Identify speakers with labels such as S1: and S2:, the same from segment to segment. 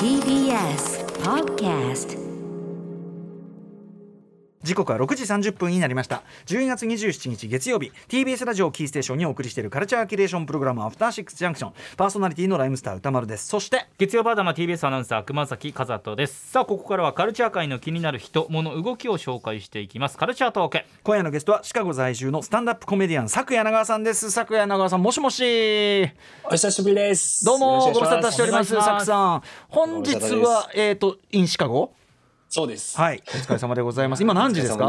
S1: TBS Podcast
S2: 時刻は6時30分になりました12月27日月曜日 TBS ラジオキーステーションにお送りしているカルチャーキュレーションプログラムアフターシックスジャンクションパーソナリティのライムスター歌丸ですそして
S3: 月曜バーダマ TBS アナウンサー熊崎和人ですさあここからはカルチャー界の気になる人物動きを紹介していきますカルチャートーク
S2: 今夜のゲストはシカゴ在住のスタンダップコメディアン佐久柳川さんです佐久柳川さんもしもし
S4: お久しぶりです。
S2: どう
S4: よろ
S2: も
S4: し
S2: ご
S4: くお
S2: 無
S4: 願
S2: 沙
S4: い
S2: 汰しております
S3: お願いし
S2: 佐久
S3: ます
S2: さん本日
S4: ご無沙
S2: はえっ、とインシカゴ
S4: そうです。い。
S2: はいお疲れ様でございます今何時ですか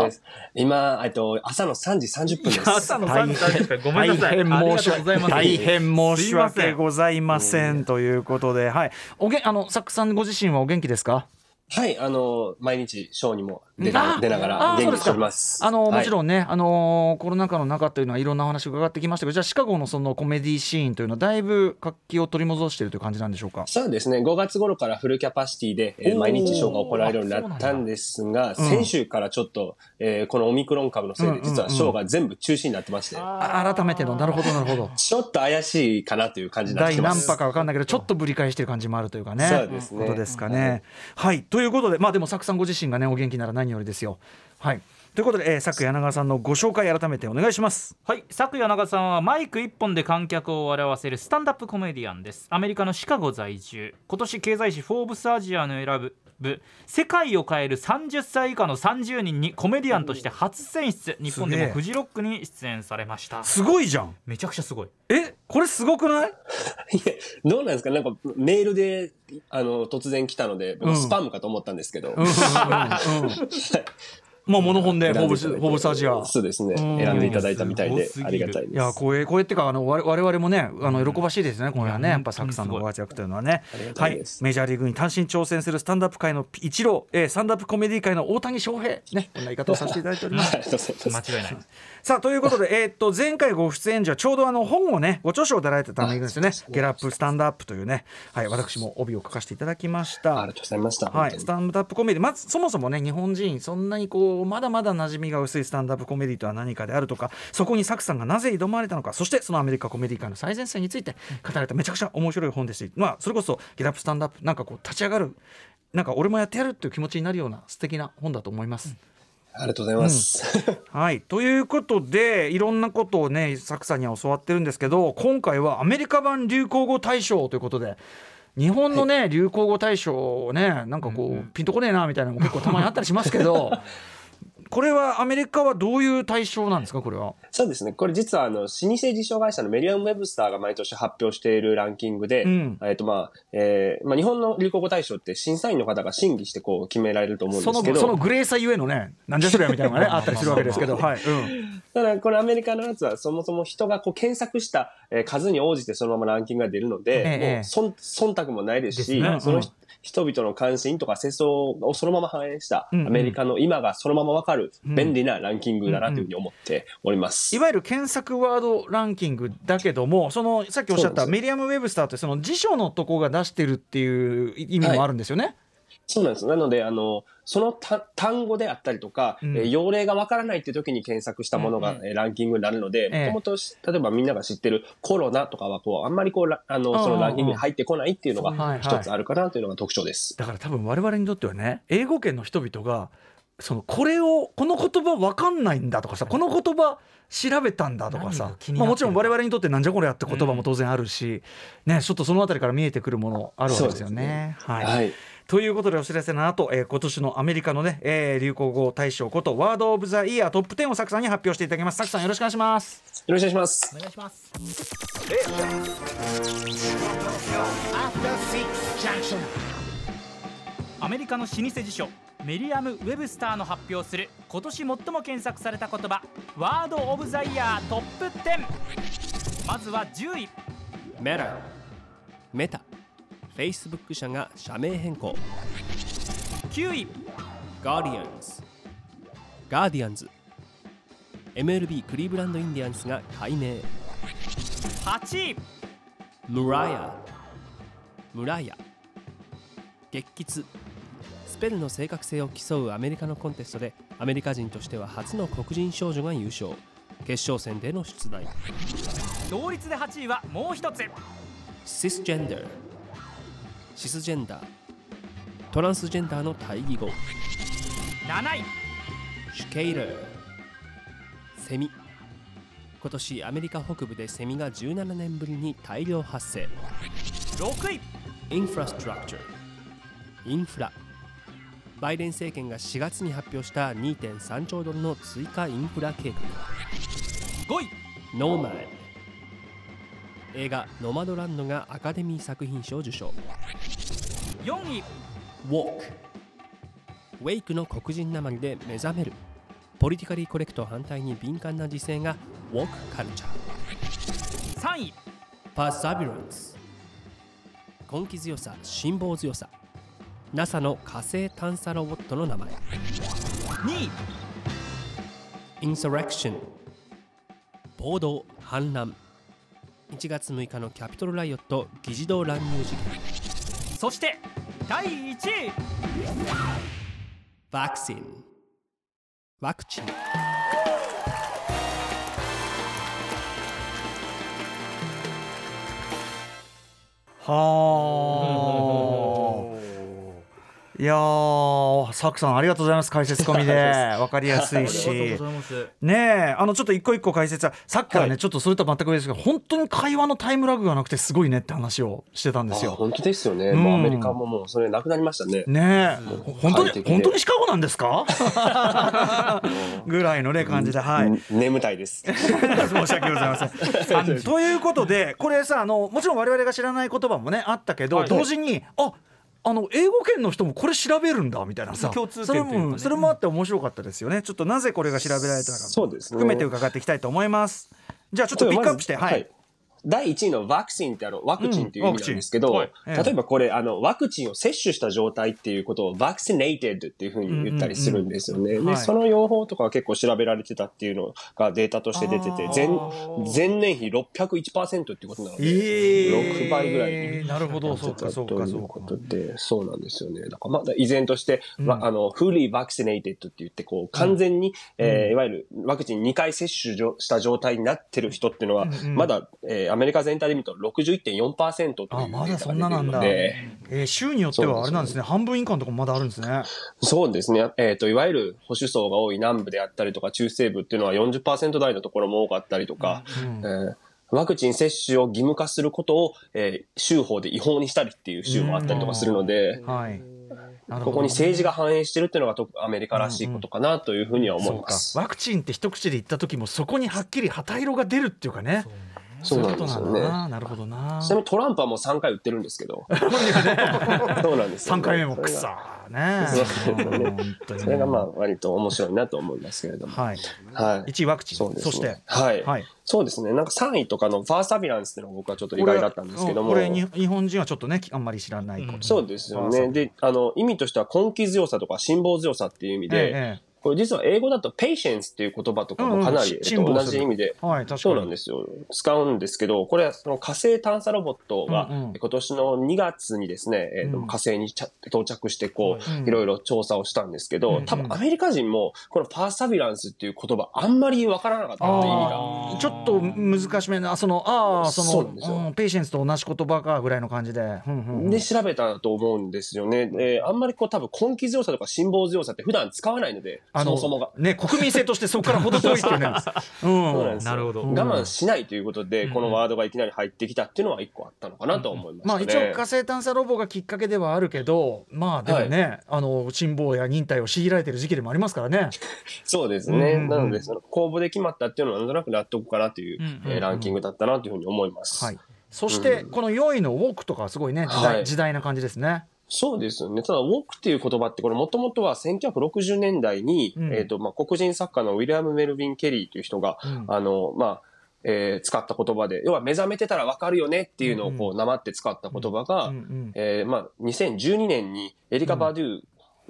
S4: 今、えっと、朝の3時30分です。
S3: 朝の
S2: 大変
S3: 3時30分ごめんなさい
S2: 大変申し
S3: ありがとうございま
S2: 訳
S3: す
S2: 大変申し
S3: すいませ
S2: 訳
S3: ん
S2: ございませんということで、はい、おげんあのサックさんご自身はお元気ですか
S4: はい、あの、毎日、ショーにも出
S2: あ
S4: な出ながら
S2: あ
S4: 元気して
S2: そ
S4: おり
S2: う
S4: ま
S2: です
S4: す。
S2: かあのもち
S4: ん。
S2: ろんね、あのコロナ禍の中というのはいろんなお話伺ってきましたけどじゃあシカゴのそのコメディシーンというのはだいぶ活気を取り戻しているという感じなんでしょうか
S4: そうですね、5月頃からフルキャパシティで、えー
S2: おー
S4: 毎日ショーが行われるようになったんですが、
S2: そうなんだうん
S4: 先週からちょっと、えーこのオミクロン株のせい
S2: うんう
S4: で、
S2: んうん
S4: 実はショーが全部中止になってまして、
S2: あ改めてのなるほどなるほど
S4: ちょっと怪しいかなという感じになって
S2: 第
S4: きま
S2: 何
S4: す。
S2: 波か分かんないけどちょっとぶり返してる感じもあるというかね
S4: そうですね
S2: ことですかね。はいということでまあでもサクさんご自身がねお元気なら何よりですよ。はいということで、えー、サク柳川さんのご紹介改めてお願いします。
S3: はい、佐久谷長さんはマイク一本で観客を笑わせるスタンダップコメディアンですアメリカのシカゴ在住今年経済誌「フォーブスアジア」の選ぶ世界を変える30歳以下の30人にコメディアンとして初選出日本でもフジロックに出演されました
S2: すごいじゃん。
S3: めちゃくちゃすごい
S2: えこれすごくない？
S4: いや、どうなんですかなんか、メールで、あの、突然来たので、
S2: うん
S4: 僕スパムかと思ったんですけど、
S2: うんうんうんうんまあ物本で
S4: 選
S2: ほ
S4: んで
S2: ぼ
S4: いただいて
S2: ほぼサージア。
S4: そうですね。
S2: うん
S4: 選んでいただいたみたい
S3: すご
S4: です
S3: ぎ、る
S4: ありがたいです。
S2: いや光栄光栄っていうかあの我我々もねあの喜ばしいですね、今夜はね
S3: いや
S2: やっぱサクさんのご活躍というのはね
S4: 本当にすご
S2: はい
S4: ありがたい
S2: い
S4: です
S2: メジャーリーグに単身挑戦するスタンダップ界のイチロー、えー、スタンダップコメディ界の大谷翔平ねこんな言い方をさせていただいており ます
S4: ありがとうございます
S3: 間違いない
S2: さあということで、えーっと前回ご出演時はちょうどあの本をねご著書を出られてたんですよね「ゲラップスタンドアップ」というね、はい、私も帯を書かせていただきました
S4: ありが。とうございました。
S2: はい、
S4: 本
S2: ス
S4: 当に
S2: タンドアップコメディまずそもそもね日本人そんなにこうまだまだ馴染みが薄いスタンドアップコメディとは何かであるとかそこにサクさんがなぜ挑まれたのかそしてそのアメリカコメディ界の最前線について語られためちゃくちゃ面白い本でしたまあ、それこそ「ゲラップスタンドアップ」なんかこう立ち上がるなんか俺もやってやるっていう気持ちになるような素敵な本だと思います。
S4: ありがとうございます。
S2: はい、ということでいろんなことをねサクさんには教わってるんですけど今回はアメリカ版流行語大賞ということで日本のね、流行語大賞をねなんかこう、ピンとこねえなみたいなのも結構たまにあったりしますけ どこれはアメリカはどういう大賞なんですかこれは。
S4: そうですね。これ実はあの、老舗辞書会社のメリアム・ウェブスターが毎年発表しているランキングで、
S2: うん
S4: えっとまあ、えーまあ日本の流行語大賞って審査員の方が審議してこう決められると思うん
S2: そ
S4: ですけ
S2: のその
S4: ど、
S2: グレーさゆえのねなんじゃそりゃみたい なのがねあったりするわけですけど、はいうん
S4: ただこれアメリカのやつはそもそも人がこう検索したえー数に応じてそのままランキングが出るの
S2: え
S4: で、
S2: え
S4: もうそん忖度もないですし、
S3: ですね
S4: その
S2: うん
S4: 人々の関心とか世相をそのまま反映した、
S2: うんうん
S4: アメリカの今がそのままわかる
S2: うん
S4: 便利なランキングだなというふうに思っております。
S2: いわゆる検索ワードランキングだけどもそのさっきおっしゃった
S4: そうなんで
S2: メ
S4: す
S2: ディアム・ウェブスターってその辞書のとこが出してるっていう意味もあるんですよね。
S4: そうなんです。なので、あの、そのた単語であったりとか、
S2: うん
S4: えー用例がわからないっていう時に検索したものが、えーランキングになるので、
S2: ええ
S4: もともとし、例えばみんなが知ってるコロナとかは、こう、あんまりこう、らあの、そ
S2: うんうんう
S4: の
S2: ん
S4: ランキングに入ってこないっていうの
S2: はいは
S4: が
S2: い
S4: 一つあるかなというのが特徴です。
S2: だから多分我々にとってはね英語圏の人々がそのこれをこの言葉わかんないんだとかさこの言葉調べたんだとか
S3: 何
S2: さ
S3: が気に
S2: ま
S3: なってるのか
S2: あ、もちろん我々にとってなんじゃこりゃって言葉も当然あるし、ね、ちょっとそのあたりから見えてくるものあるわけですよね。はい
S4: はい。
S2: ということでお知らせの後、えー今年のアメリカの、ねえー流行語大賞ことワード・オブ・ザ・イヤートップ10をサクさんに発表していただきます。サクさんよろしくお願いします。
S4: よろしくお願いします。
S3: お願いしますアメリカの老舗辞書メリアム・ウェブスターの発表する今年最も検索された言葉ワード・オブ・ザ・イヤートップ10まずは10位
S5: メタメタ Facebook 社が社名変更
S3: 9位
S5: ガーディアンズガーディアンズ MLB クリーブランドインディアンスが改名
S3: 8位
S5: ムラヤムラヤ月筆スペルの正確性を競うアメリカのコンテストでアメリカ人としては初の黒人少女が優勝決勝戦での出題
S3: 同率で8位はもう一つ
S5: シスジェンダー
S4: シスジェンダートランスジェンダーの対義語
S3: 7位
S4: シュケイラーセミ今年アメリカ北部でセミが17年ぶりに大量発生
S3: 6位
S4: インフラストラクチャーインフラバイデン政権が4月に発表した2.3兆ドルの追加インフラ計画
S3: 5位
S4: ノーマン映画「ノマドランド」がアカデミー作品賞受賞
S3: 4位
S4: ウォークウェイクの黒人なまりで目覚めるポリティカリーコレクト反対に敏感な時勢がウォークカルチャー
S3: 3位
S4: パーサビランス根気強さ辛抱強さ NASA の火星探査ロボットの名前
S3: 2位
S4: インサレクション暴動反乱1月6日のキャピトルライオット議事堂乱入事件
S3: そして第1位
S4: ワクチンワクチン
S2: はあ。いやー、サクさん、ありがとうございます。解説込みで、わかりやすいし。
S3: います
S2: ねえ、あの、ちょっと一個一個解説は、さっきからね、ちょっとそれとは全く別ですけど、本当に会話のタイムラグがなくてすごいねって話をしてたんです
S6: あ
S2: よ。
S6: 本当ですよね。
S2: ん
S6: もうアメリカももうそれなくなりましたね。
S2: ねえ、本当
S6: 快
S2: に、
S6: 適で
S2: 本当にシカゴなんですかぐらいのね、感じで、はい。
S6: ん眠たいです。
S2: 申し訳ございませんあの。ということでこれさあのもちろん我々が知らない言葉もねあったけど、
S3: はい
S2: 同時にああの英語圏の人もこれ調べるんだみたいなさ
S3: 共通点
S2: それ
S3: というか
S2: も
S3: ね
S2: それもあって面白かったですよねちょっとなぜこれが調べられたのか
S6: そうですね
S2: 含めて伺っていきたいと思います。じゃあちょっとピックアップして、
S6: まず
S2: はい、
S6: 第1位のワクチンってあの、ワクチンっていう意味なんですけど、
S3: うんワク
S2: チンはい
S6: 例えばこれ、あの、ワクチンを接種した状態っていうことを、vaccinated っていうふうに言ったりするんですよね。
S2: んうんはい
S6: で、その用法とかは結構調べられてたっていうのがデータとして出てて
S2: あ、
S6: 前
S2: ー、
S6: 前年比601%っていうことなの
S2: え
S6: で、6倍ぐらいに
S2: なるほどそう
S6: と
S2: かそう
S6: と
S2: か
S6: い
S2: そううか
S6: ことで、そうなんですよね。だからまだ依然として、わあの、fully vaccinated って言って、こう、完全に、えーいわゆるワクチン2回接種じょした状態になってる人っていうのは、
S2: うん
S6: まだ、えーアメリカ全体で見ると61.4%という
S2: あまだ
S6: データ
S2: そんななんだ
S6: が出てるので
S2: えー州によってはあれなんですね半分以下のところまだあるんですね。
S6: そうですね。えっ、と、いわゆる保守層が多い南部であったりとか、中西部っていうのは40%台のところも多かったりとか、
S2: うん
S6: えーワクチン接種を義務化することを、えー州法で違法にしたりっていう州もあったりとかするので、
S2: はい、なるほ
S6: こ
S2: ど
S6: こに政治が反映してるっていうのがとアメリカらしいことかなというふうには思います。
S2: そうかワクチンって一口で言った時もそこにはっきり旗色が出るっていうかねそういうことなんだな、なるほどな
S6: ちなみにトランプはもう3回打ってるんです けど。そうなんですよ
S2: 3
S6: ね、
S2: 回目もく
S6: それが
S2: そーね
S6: そうですね
S2: 本当に
S6: それがまあ割と面白いなと思いますけれども。
S2: はい
S6: はい。
S2: 1位ワクチン
S6: そう
S2: そ,、
S6: ですね。
S2: して
S6: はい、
S2: はい
S6: そうですね。なんか3位とかのファーストアビランスっていうのが僕はちょっと意外だったんですけども。
S2: これこれに日本人はちょっとねきあんまり知らないこと、
S3: うん
S6: そうですよ
S2: ファース
S6: ね。
S2: ト
S6: で、あの、意味としては根気強さとか辛抱強さっていう意味で、
S2: え
S6: これ実は英語だと patience っていう言葉とかもかなり、
S2: うんうん
S6: えっと同じ意味で
S2: えはい確かに
S6: そうなんですよ。使うんですけど、これはその火星探査ロボットが
S2: うんうん
S6: 今年の2月にですね、えーと
S2: うん
S6: 火星にちゃ到着して、こう、
S2: うん
S6: いろいろ調査をしたんですけ
S2: うん
S6: ど、
S2: うん
S6: 多分アメリカ人もこのパーサビランスっていう言葉あんまりわからなかったっていう意味が。
S2: あーちょっと難しめなそのああそ
S6: そうなんですよ
S2: のうんペイシェンスと同じ言葉かぐらいの感じで、うんうんうん
S6: で、調べたと思うんですよね。えーあんまりこう多分根気強さとか辛抱強さって普段使わないので、そもそもが。
S2: ね国民性としてそこから程遠いって いうね
S6: そうなん
S2: う
S6: で
S2: ん
S6: す
S3: なるほど
S6: 我慢しないということで、
S3: うん
S6: このワードがいきなり入ってきたっていうのは一個あったのかなと思いましたね。
S2: まあ一応火星探査ロボがきっかけではあるけどまあでもね、あの辛抱や忍耐を強いられてる時期でもありますから ね。
S6: そうです
S2: うん
S6: ね。
S2: うんうん
S6: なので、その公募で決まったっていうのは、なんとなく納得かなという、
S3: うんうんうん
S6: えーランキングだったなというふうに思います。
S2: はい、そしてこの4位のウォークとかはすごいね時代,、
S6: はい
S2: 時代な感じですね。
S6: そうですよね。ただ、ウォークっていう言葉って、これもともとは1960年代に、
S2: うん
S6: えっ、と、まあ、黒人作家のウィリアム・メルヴィン・ケリーという人が、
S2: うん
S6: あの、まあ、えー使った言葉で、要は目覚めてたらわかるよねっていうのを
S2: うん
S6: こう、なまって使った言葉
S2: う
S6: が、
S2: んうん
S6: えーまあ、2012年にエリカ・バドゥー、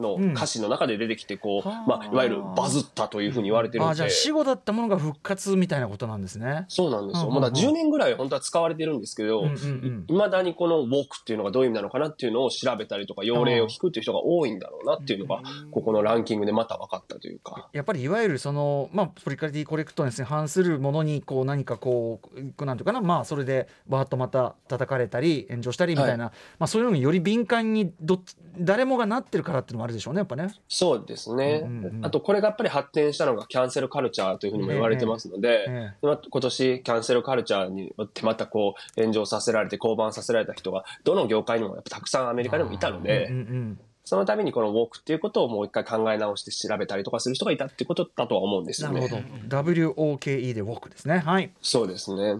S6: の
S2: うん
S6: 歌詞の中で出てきて、こう、
S3: はあ
S6: まあ、いわゆるバズったというふうに言われてる
S2: あ
S6: ん
S2: ーじゃあ
S6: で。
S2: 死後だったものが復活みたいなことなんですね。
S6: そうなんです
S2: う
S6: よ。
S2: んうんうん
S6: まだ10年ぐらい本当は使われてるんですけど、
S2: うんうんうん
S6: いまだにこのウォークっていうのがどういう意味なのかなっていうのを調べたりとか、要例を聞くっていう人が多いんだろうなっていうのが、ここのランキングでまた分かったというか。
S2: やっぱりいわゆるその、まあ、プリカリティコレクトネスに反するものにこう何かこうこうなんていうかな、まあ、それでバーッとまた叩かれたり炎上したりみたいな、まあ、そういうのにより敏感にどっち誰もがなってるからっていうのもあるでしょうねやっぱね。
S6: そうですね。
S2: うんうんうん
S6: あと、これがやっぱり発展したのがキャンセルカルチャーというふうにも言われてますので、
S2: え
S6: ま今年キャンセルカルチャーによってまたこう炎上させられて降板させられた人がどの業界にもやっぱたくさんアメリカでもいたの
S2: え
S6: で、
S2: うんうん
S6: そのためにこのウォークっていうことをもう一回考え直して調べたりとかする人がいたってことだとは思うんです
S2: な
S6: よ
S2: るほ
S6: ね。
S2: ど WOKE でウォークですね。はい、
S6: そうですね。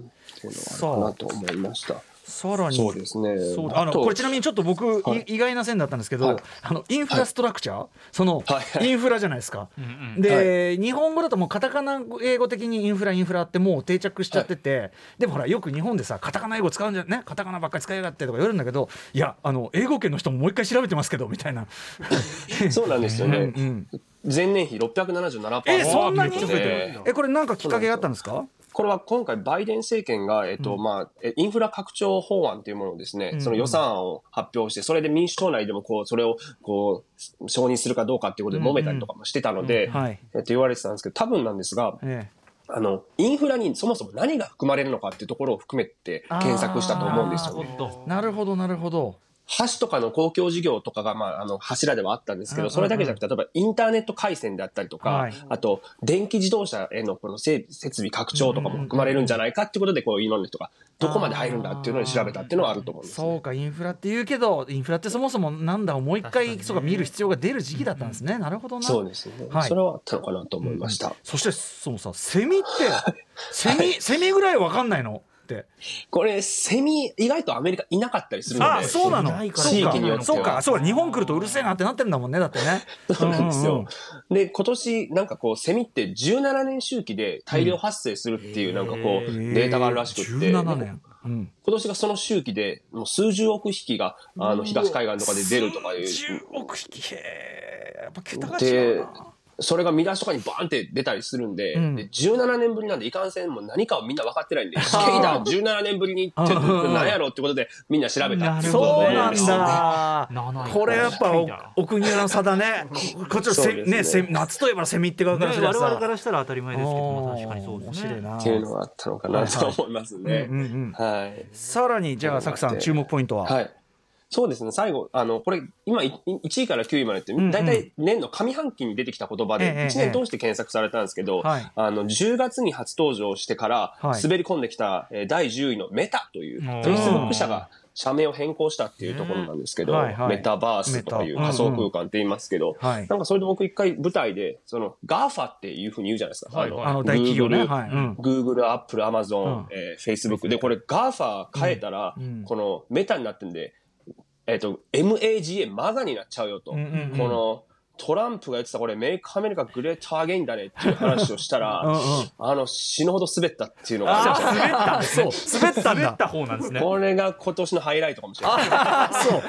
S6: そういうのがあるかなと思いました。
S2: さらに
S6: そうですね。
S2: そうあの
S6: と
S2: これちなみにちょっと僕、い
S6: はい
S2: 意外な線だったんですけど、
S6: はい
S2: あのインフラストラクチャー、その、
S6: はい
S2: インフラじゃないですか。
S3: うんうん
S2: で、日本語だともうカタカナ英語的にインフラインフラってもう定着しちゃってて、でもほらよく日本でさカタカナ英語使うんじゃねカタカナばっかり使いやがってとか言われるんだけどいやあの英語圏の人ももう一回調べてますけどみたいな、
S6: そうなんですよ
S2: う
S6: ね
S2: ん。うん、
S6: 前年比677%。
S2: えそんなに
S6: ね
S2: 増ええこれなんかきっかけがあったんですか
S6: これは今回バイデン政権が、えっと、まあ、えインフラ拡張法案というものをですね、
S2: うん
S6: その予算案を発表して、それで民主党内でもこう、それをこう、承認するかどうかっていうことで揉めたりとかもしてたので、
S2: はい、
S6: えっと、言われてたんですけど、多分なんですが、
S2: ええ
S6: あの、インフラにそもそも何が含まれるのかっていうところを含めて検索したと思うんですよね。
S3: おっと
S2: なるほどなるほど
S6: 橋とかの公共事業とかが、まあ、あの、柱ではあったんですけ
S2: うんうんう
S6: ど、
S2: ん
S6: それだけじゃなくて、例えばインターネット回線であったりと
S2: は
S6: か
S2: い、
S6: あと、電気自動車へのこの整備設備拡張とかも含まれるんじゃないかってことで、こう、いろんな人が、どこまで入るんだっていうのに調べたっていうのはあると思うんですね。
S2: そうかインフラって言うけどインフラってそもそもなんだをもう一
S3: 確かに
S2: 回
S3: ね
S2: そうか見る必要が出る時期だったんですね、なるほどな
S6: そうですね
S2: はい。
S6: それはあったのかなと思いました。
S2: そしてそのさセミってセミ、セミぐらいわかんないのって
S6: これ、セミ、意外とアメリカいなかったりするので。
S2: あそうなの
S3: ないから
S2: そう
S6: 地域によって
S2: か
S6: は
S2: そうかそうか日本来るとうるせえなってなってるんだもんねだってね
S6: そうなんです
S2: う
S6: よ
S2: ん。
S6: で、今年、なんかこう、セミって17年周期で大量発生するっていう、なんかこ
S2: う
S6: う、
S2: ん
S6: データがあるらしくっ
S2: 17
S6: て、今
S2: 年、うん、
S6: 年がその周期で、もう数十億匹が、あの、東海岸とかで出るとかいう、
S2: 10億匹へえやっぱ桁が違う
S6: で
S2: な、
S6: それが見出しとかにバーンって出たりするんで、
S2: うん
S6: で17年ぶりなんで、いかんせんもう何かをみんな分かってないんで、死刑だ、17年ぶりにって、
S2: うん
S6: なんやろうってことで、みんな調べた。
S3: なるほど
S2: そう
S3: ね
S2: なんだ
S3: 7位
S2: これやっぱお
S3: 確か
S2: お国の差だねここっちは
S6: そ
S2: せ
S6: うですね
S2: ねセミ夏といえばセミって側
S3: にね
S2: からすれば
S3: 我
S2: さ
S3: 々からしたら当たり前ですけど
S2: お
S3: も
S2: ー
S3: 確かにそうです
S2: 面白い
S3: ね
S2: な
S6: っていうのがあったのかなと思いますね
S2: うん。うんうん
S6: はい。
S2: さらにじゃあサクさん注目ポイントは、
S6: はい。そうですね、最後、あの、これ、今、い1位から9位までって、
S2: んうん
S6: 大体年の上半期に出てきた言葉
S2: え
S6: で、
S2: え
S6: 1年通して検索されたんですけど、
S2: はい
S6: あの、10月に初登場してから
S2: はい、
S6: 滑り込んできた、えー第10位のメタという、
S3: うん
S6: Facebook 社が社名を変更したっていうところなんですけど、
S2: はいはい
S6: メタバースとかいう
S2: メタ
S6: 仮想空間って言いますけど、
S2: はい
S6: なんかそれで僕一回舞台で、その、GAFA っていうふうに言うじゃないですか。
S3: はいはい
S2: あの大企業ね
S6: Google
S2: はい、うん、
S6: Google、Apple、
S2: う
S6: Amazon
S2: ん、
S6: えー Facebook で、これ GAFA 変えたら
S2: うんうん、
S6: このメタになってんで、えっと、MAGA、マガになっちゃうよと。
S2: う
S6: こ
S2: んうんうん
S6: のトランプが言ってたこれメイクアメリカグレートアゲインだねっていう話をした
S2: うんう
S6: ら、
S2: ん
S6: あの、死ぬほど滑ったっていうのがありまし
S3: あ
S6: た
S3: あ滑
S6: ね。
S3: ったそう
S2: 滑ったんだ
S3: 滑った方なんですね
S6: これが今年のハイライトかもしれない。
S2: あそう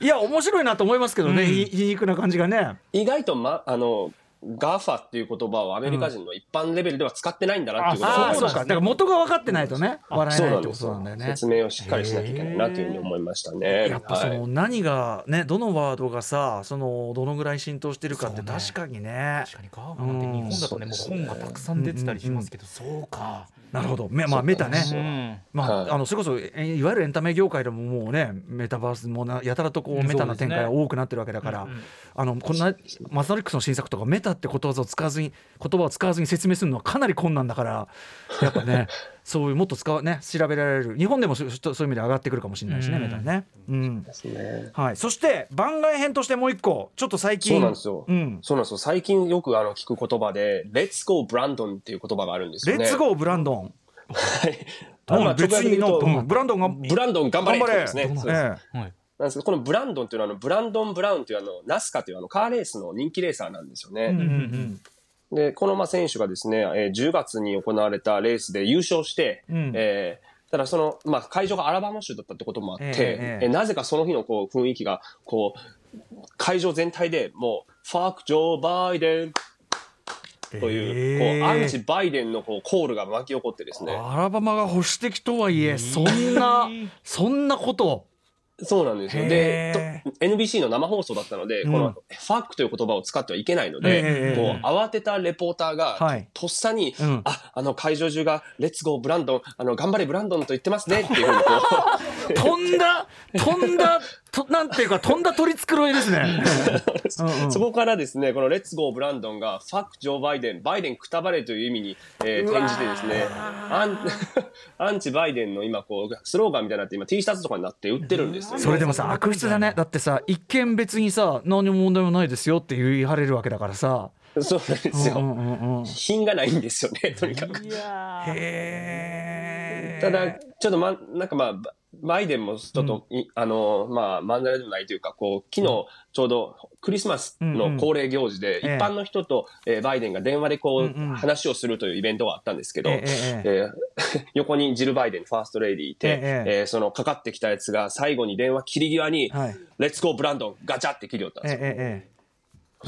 S2: えいや面白いなと思いますけどね、
S3: うん
S2: い皮肉な感じがね
S6: 意外と、ま、あの、GAFA っていう言葉をアメリカ人の一般レベルでは使ってないんだなっていうこと
S2: ああ
S6: が分か
S2: そう
S6: りま
S2: か
S6: し
S2: だから元が分かってないとね笑え
S6: そう
S2: ない
S6: な
S2: って
S6: んで
S2: こ
S6: す
S2: となんだよね
S6: 説明をしっかりしなきゃいけないなというふうに思いましたね。
S2: やっぱそ
S6: はい
S2: の何がねどのワードがさそのどのぐらい浸透してるかって
S3: そうね
S2: 確かにね
S3: 確かにガーファなんて日本だとねもう本がたくさん出てたりしますけどそうか
S2: なるほどめまあメタね
S6: そう
S2: まあ、
S6: はい
S2: あのそれこそえいわゆるエンタメ業界でももうねメタバースもなやたらとこ
S3: う
S2: うんメタな展開が
S3: そうですね
S2: 多くなってるわけだから、
S3: うんうん
S2: あのこんなマサリックスの新作とかメタって言葉を使わずに言葉を使わずに説明するのはかなり困難だ からやっぱねそういうもっと使わね調べられる日本でもそうそうそういう意味で上がってくるかもしれないしね、
S3: うん
S2: メタね。うん
S6: ですね。
S2: はい、そして番外編としてもう一個ちょっと最近
S6: そうなんですよ。
S2: うん
S6: そうなんですよ。最近よくあの聞く言葉で、レッツゴーブランドンっていう言葉があるんです
S2: レ
S6: よね。
S2: ッツゴーブランドン。
S6: はい。
S2: う
S6: ま
S2: ん
S6: あ
S2: 別にの、
S6: 直訳で言う
S2: うんブランドンが
S6: とブランドン頑張れ
S2: 頑張れ
S6: ってことですね。そうです
S2: え
S3: はい
S6: なんですけど、このブランドンっていうのはあの、ブランドン・ブラウンというあの、ナスカというあの、カーレースの人気レーサーなんですよ
S2: えうんう
S6: ね。
S2: ん
S6: で、このまあ選手がですね、えー10月に行われたレースで優勝して、
S2: うん
S6: えーただその、まあ、会場がアラバマ州だったってこともあって、
S2: ええ
S6: えーなぜかその日のこう雰囲気が、こう、会場全体でもう、ファーク・ジョー・バイデンという、
S2: えー
S6: こう、アンチ・バイデンのこうコールが巻き起こってですね。
S2: アラバマが保守的とはいえ、そんな、そんなこと。
S6: そうなんですよ。
S2: へ
S6: で、と NBC の生放送だったので、
S2: うん
S6: このファックという言葉を使ってはいけないので
S2: へ、ー
S6: こう慌てたレポーターが、
S2: はい
S6: ととっさに、
S2: うん
S6: あ、あの会場中が、レッツゴーブランドン、あの、頑張れブランドンと言ってますねっていうふうにこ
S2: 飛んだ、飛んだ、となんていうか、飛んだ取り繕いですね。 うんうん
S6: う、そこからですね、このレッツゴーブランドンが、ファックジョーバイデン、バイデンくたばれという意味に、えー転じてですね、アン、 アンチバイデンの今こう、スローガンみたいになって、今 T シャツとかになって売ってるんですよ、ね。
S2: それでもさ、悪質だね。だってさ、一見別にさ、何も問題もないですよって言い張れるわけだからさ。
S6: そうなんです
S2: う
S6: よ。
S2: んうんうん
S6: 品がないんですよね、とにかく。
S2: へー
S6: ただ、ちょっとま、なんかまあ、ババイデンもちょっと、いあの、まあ、まんざらでもないというか、こう、昨日、ちょうどクリスマス
S2: うんうん
S6: の恒例行事で、
S2: ええ
S6: 一般の人と、えーバイデンが電話でこう、
S2: うんうん
S6: 話をするというイベントがあったんですけど、
S2: ええええ
S6: えー 横にジル・バイデン、ファーストレディーいて、
S2: え
S6: え
S2: え
S6: ーそのかかってきたやつが最後に電話切り際に、
S2: はい
S6: レッツゴー・ブランドン、ガチャって切り寄ったん
S2: え
S6: ですよ。
S2: え え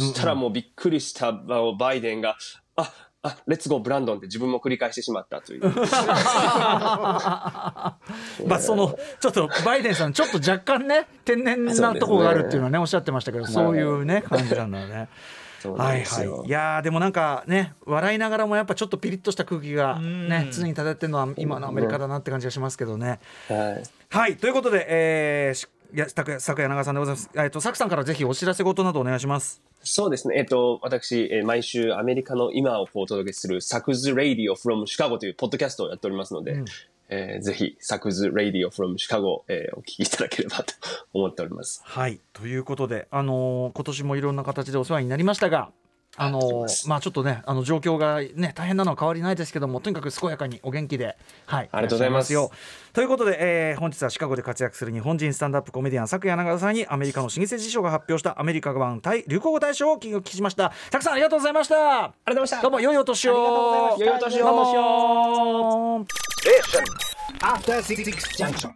S6: そしたらもうびっくりしたあのバイデンが、あ、あ、レッツゴー・ブランドンって自分も繰り返してしまった という。
S2: ええまあそのちょっとバイデンさんちょっと若干ね天然なとこがあるっていうのはねおっしゃってましたけどそういうね感じなんだよね。
S6: そうなん
S2: はい
S6: ですよ
S2: はい、いやーでもなんかね笑いながらもやっぱちょっとピリッとした空気がね常に漂ってるのは今のアメリカだなって感じがしますけどね。
S6: はい
S2: はいということで、えーしいや拓也拓也長さんでございます。えっとサクさんからぜひお知らせ事などお願いします。
S6: そうですね。えっと、私、えー毎週アメリカの今をこうお届けするサクズ・レイディオ・フロム・シカゴというポッドキャストをやっておりますので、えーぜひサクズ・レイディオ・フロム・シカゴを、えーお聞きいただければと思っております。
S2: はいということで、あのー今年もいろんな形でお世話になりましたが。あの
S6: ありがとうございま
S2: ー
S6: す
S2: まあちょっとねあの状況がね大変なのは変わりないですけどもとにかく健やかにお元気ではい
S6: ありがとうございます
S2: いらっしゃますよということで、えー本日はシカゴで活躍する日本人スタンダップコメディアン作谷長さんにアメリカの老舗辞書が発表したアメリカ版対流行語大賞をお聞きしましたたくさんありがとうございましたあり
S6: がとうございました
S2: どうも良いお年を
S6: ありがとうございました良いお年を
S2: どうも
S7: After Six Junction.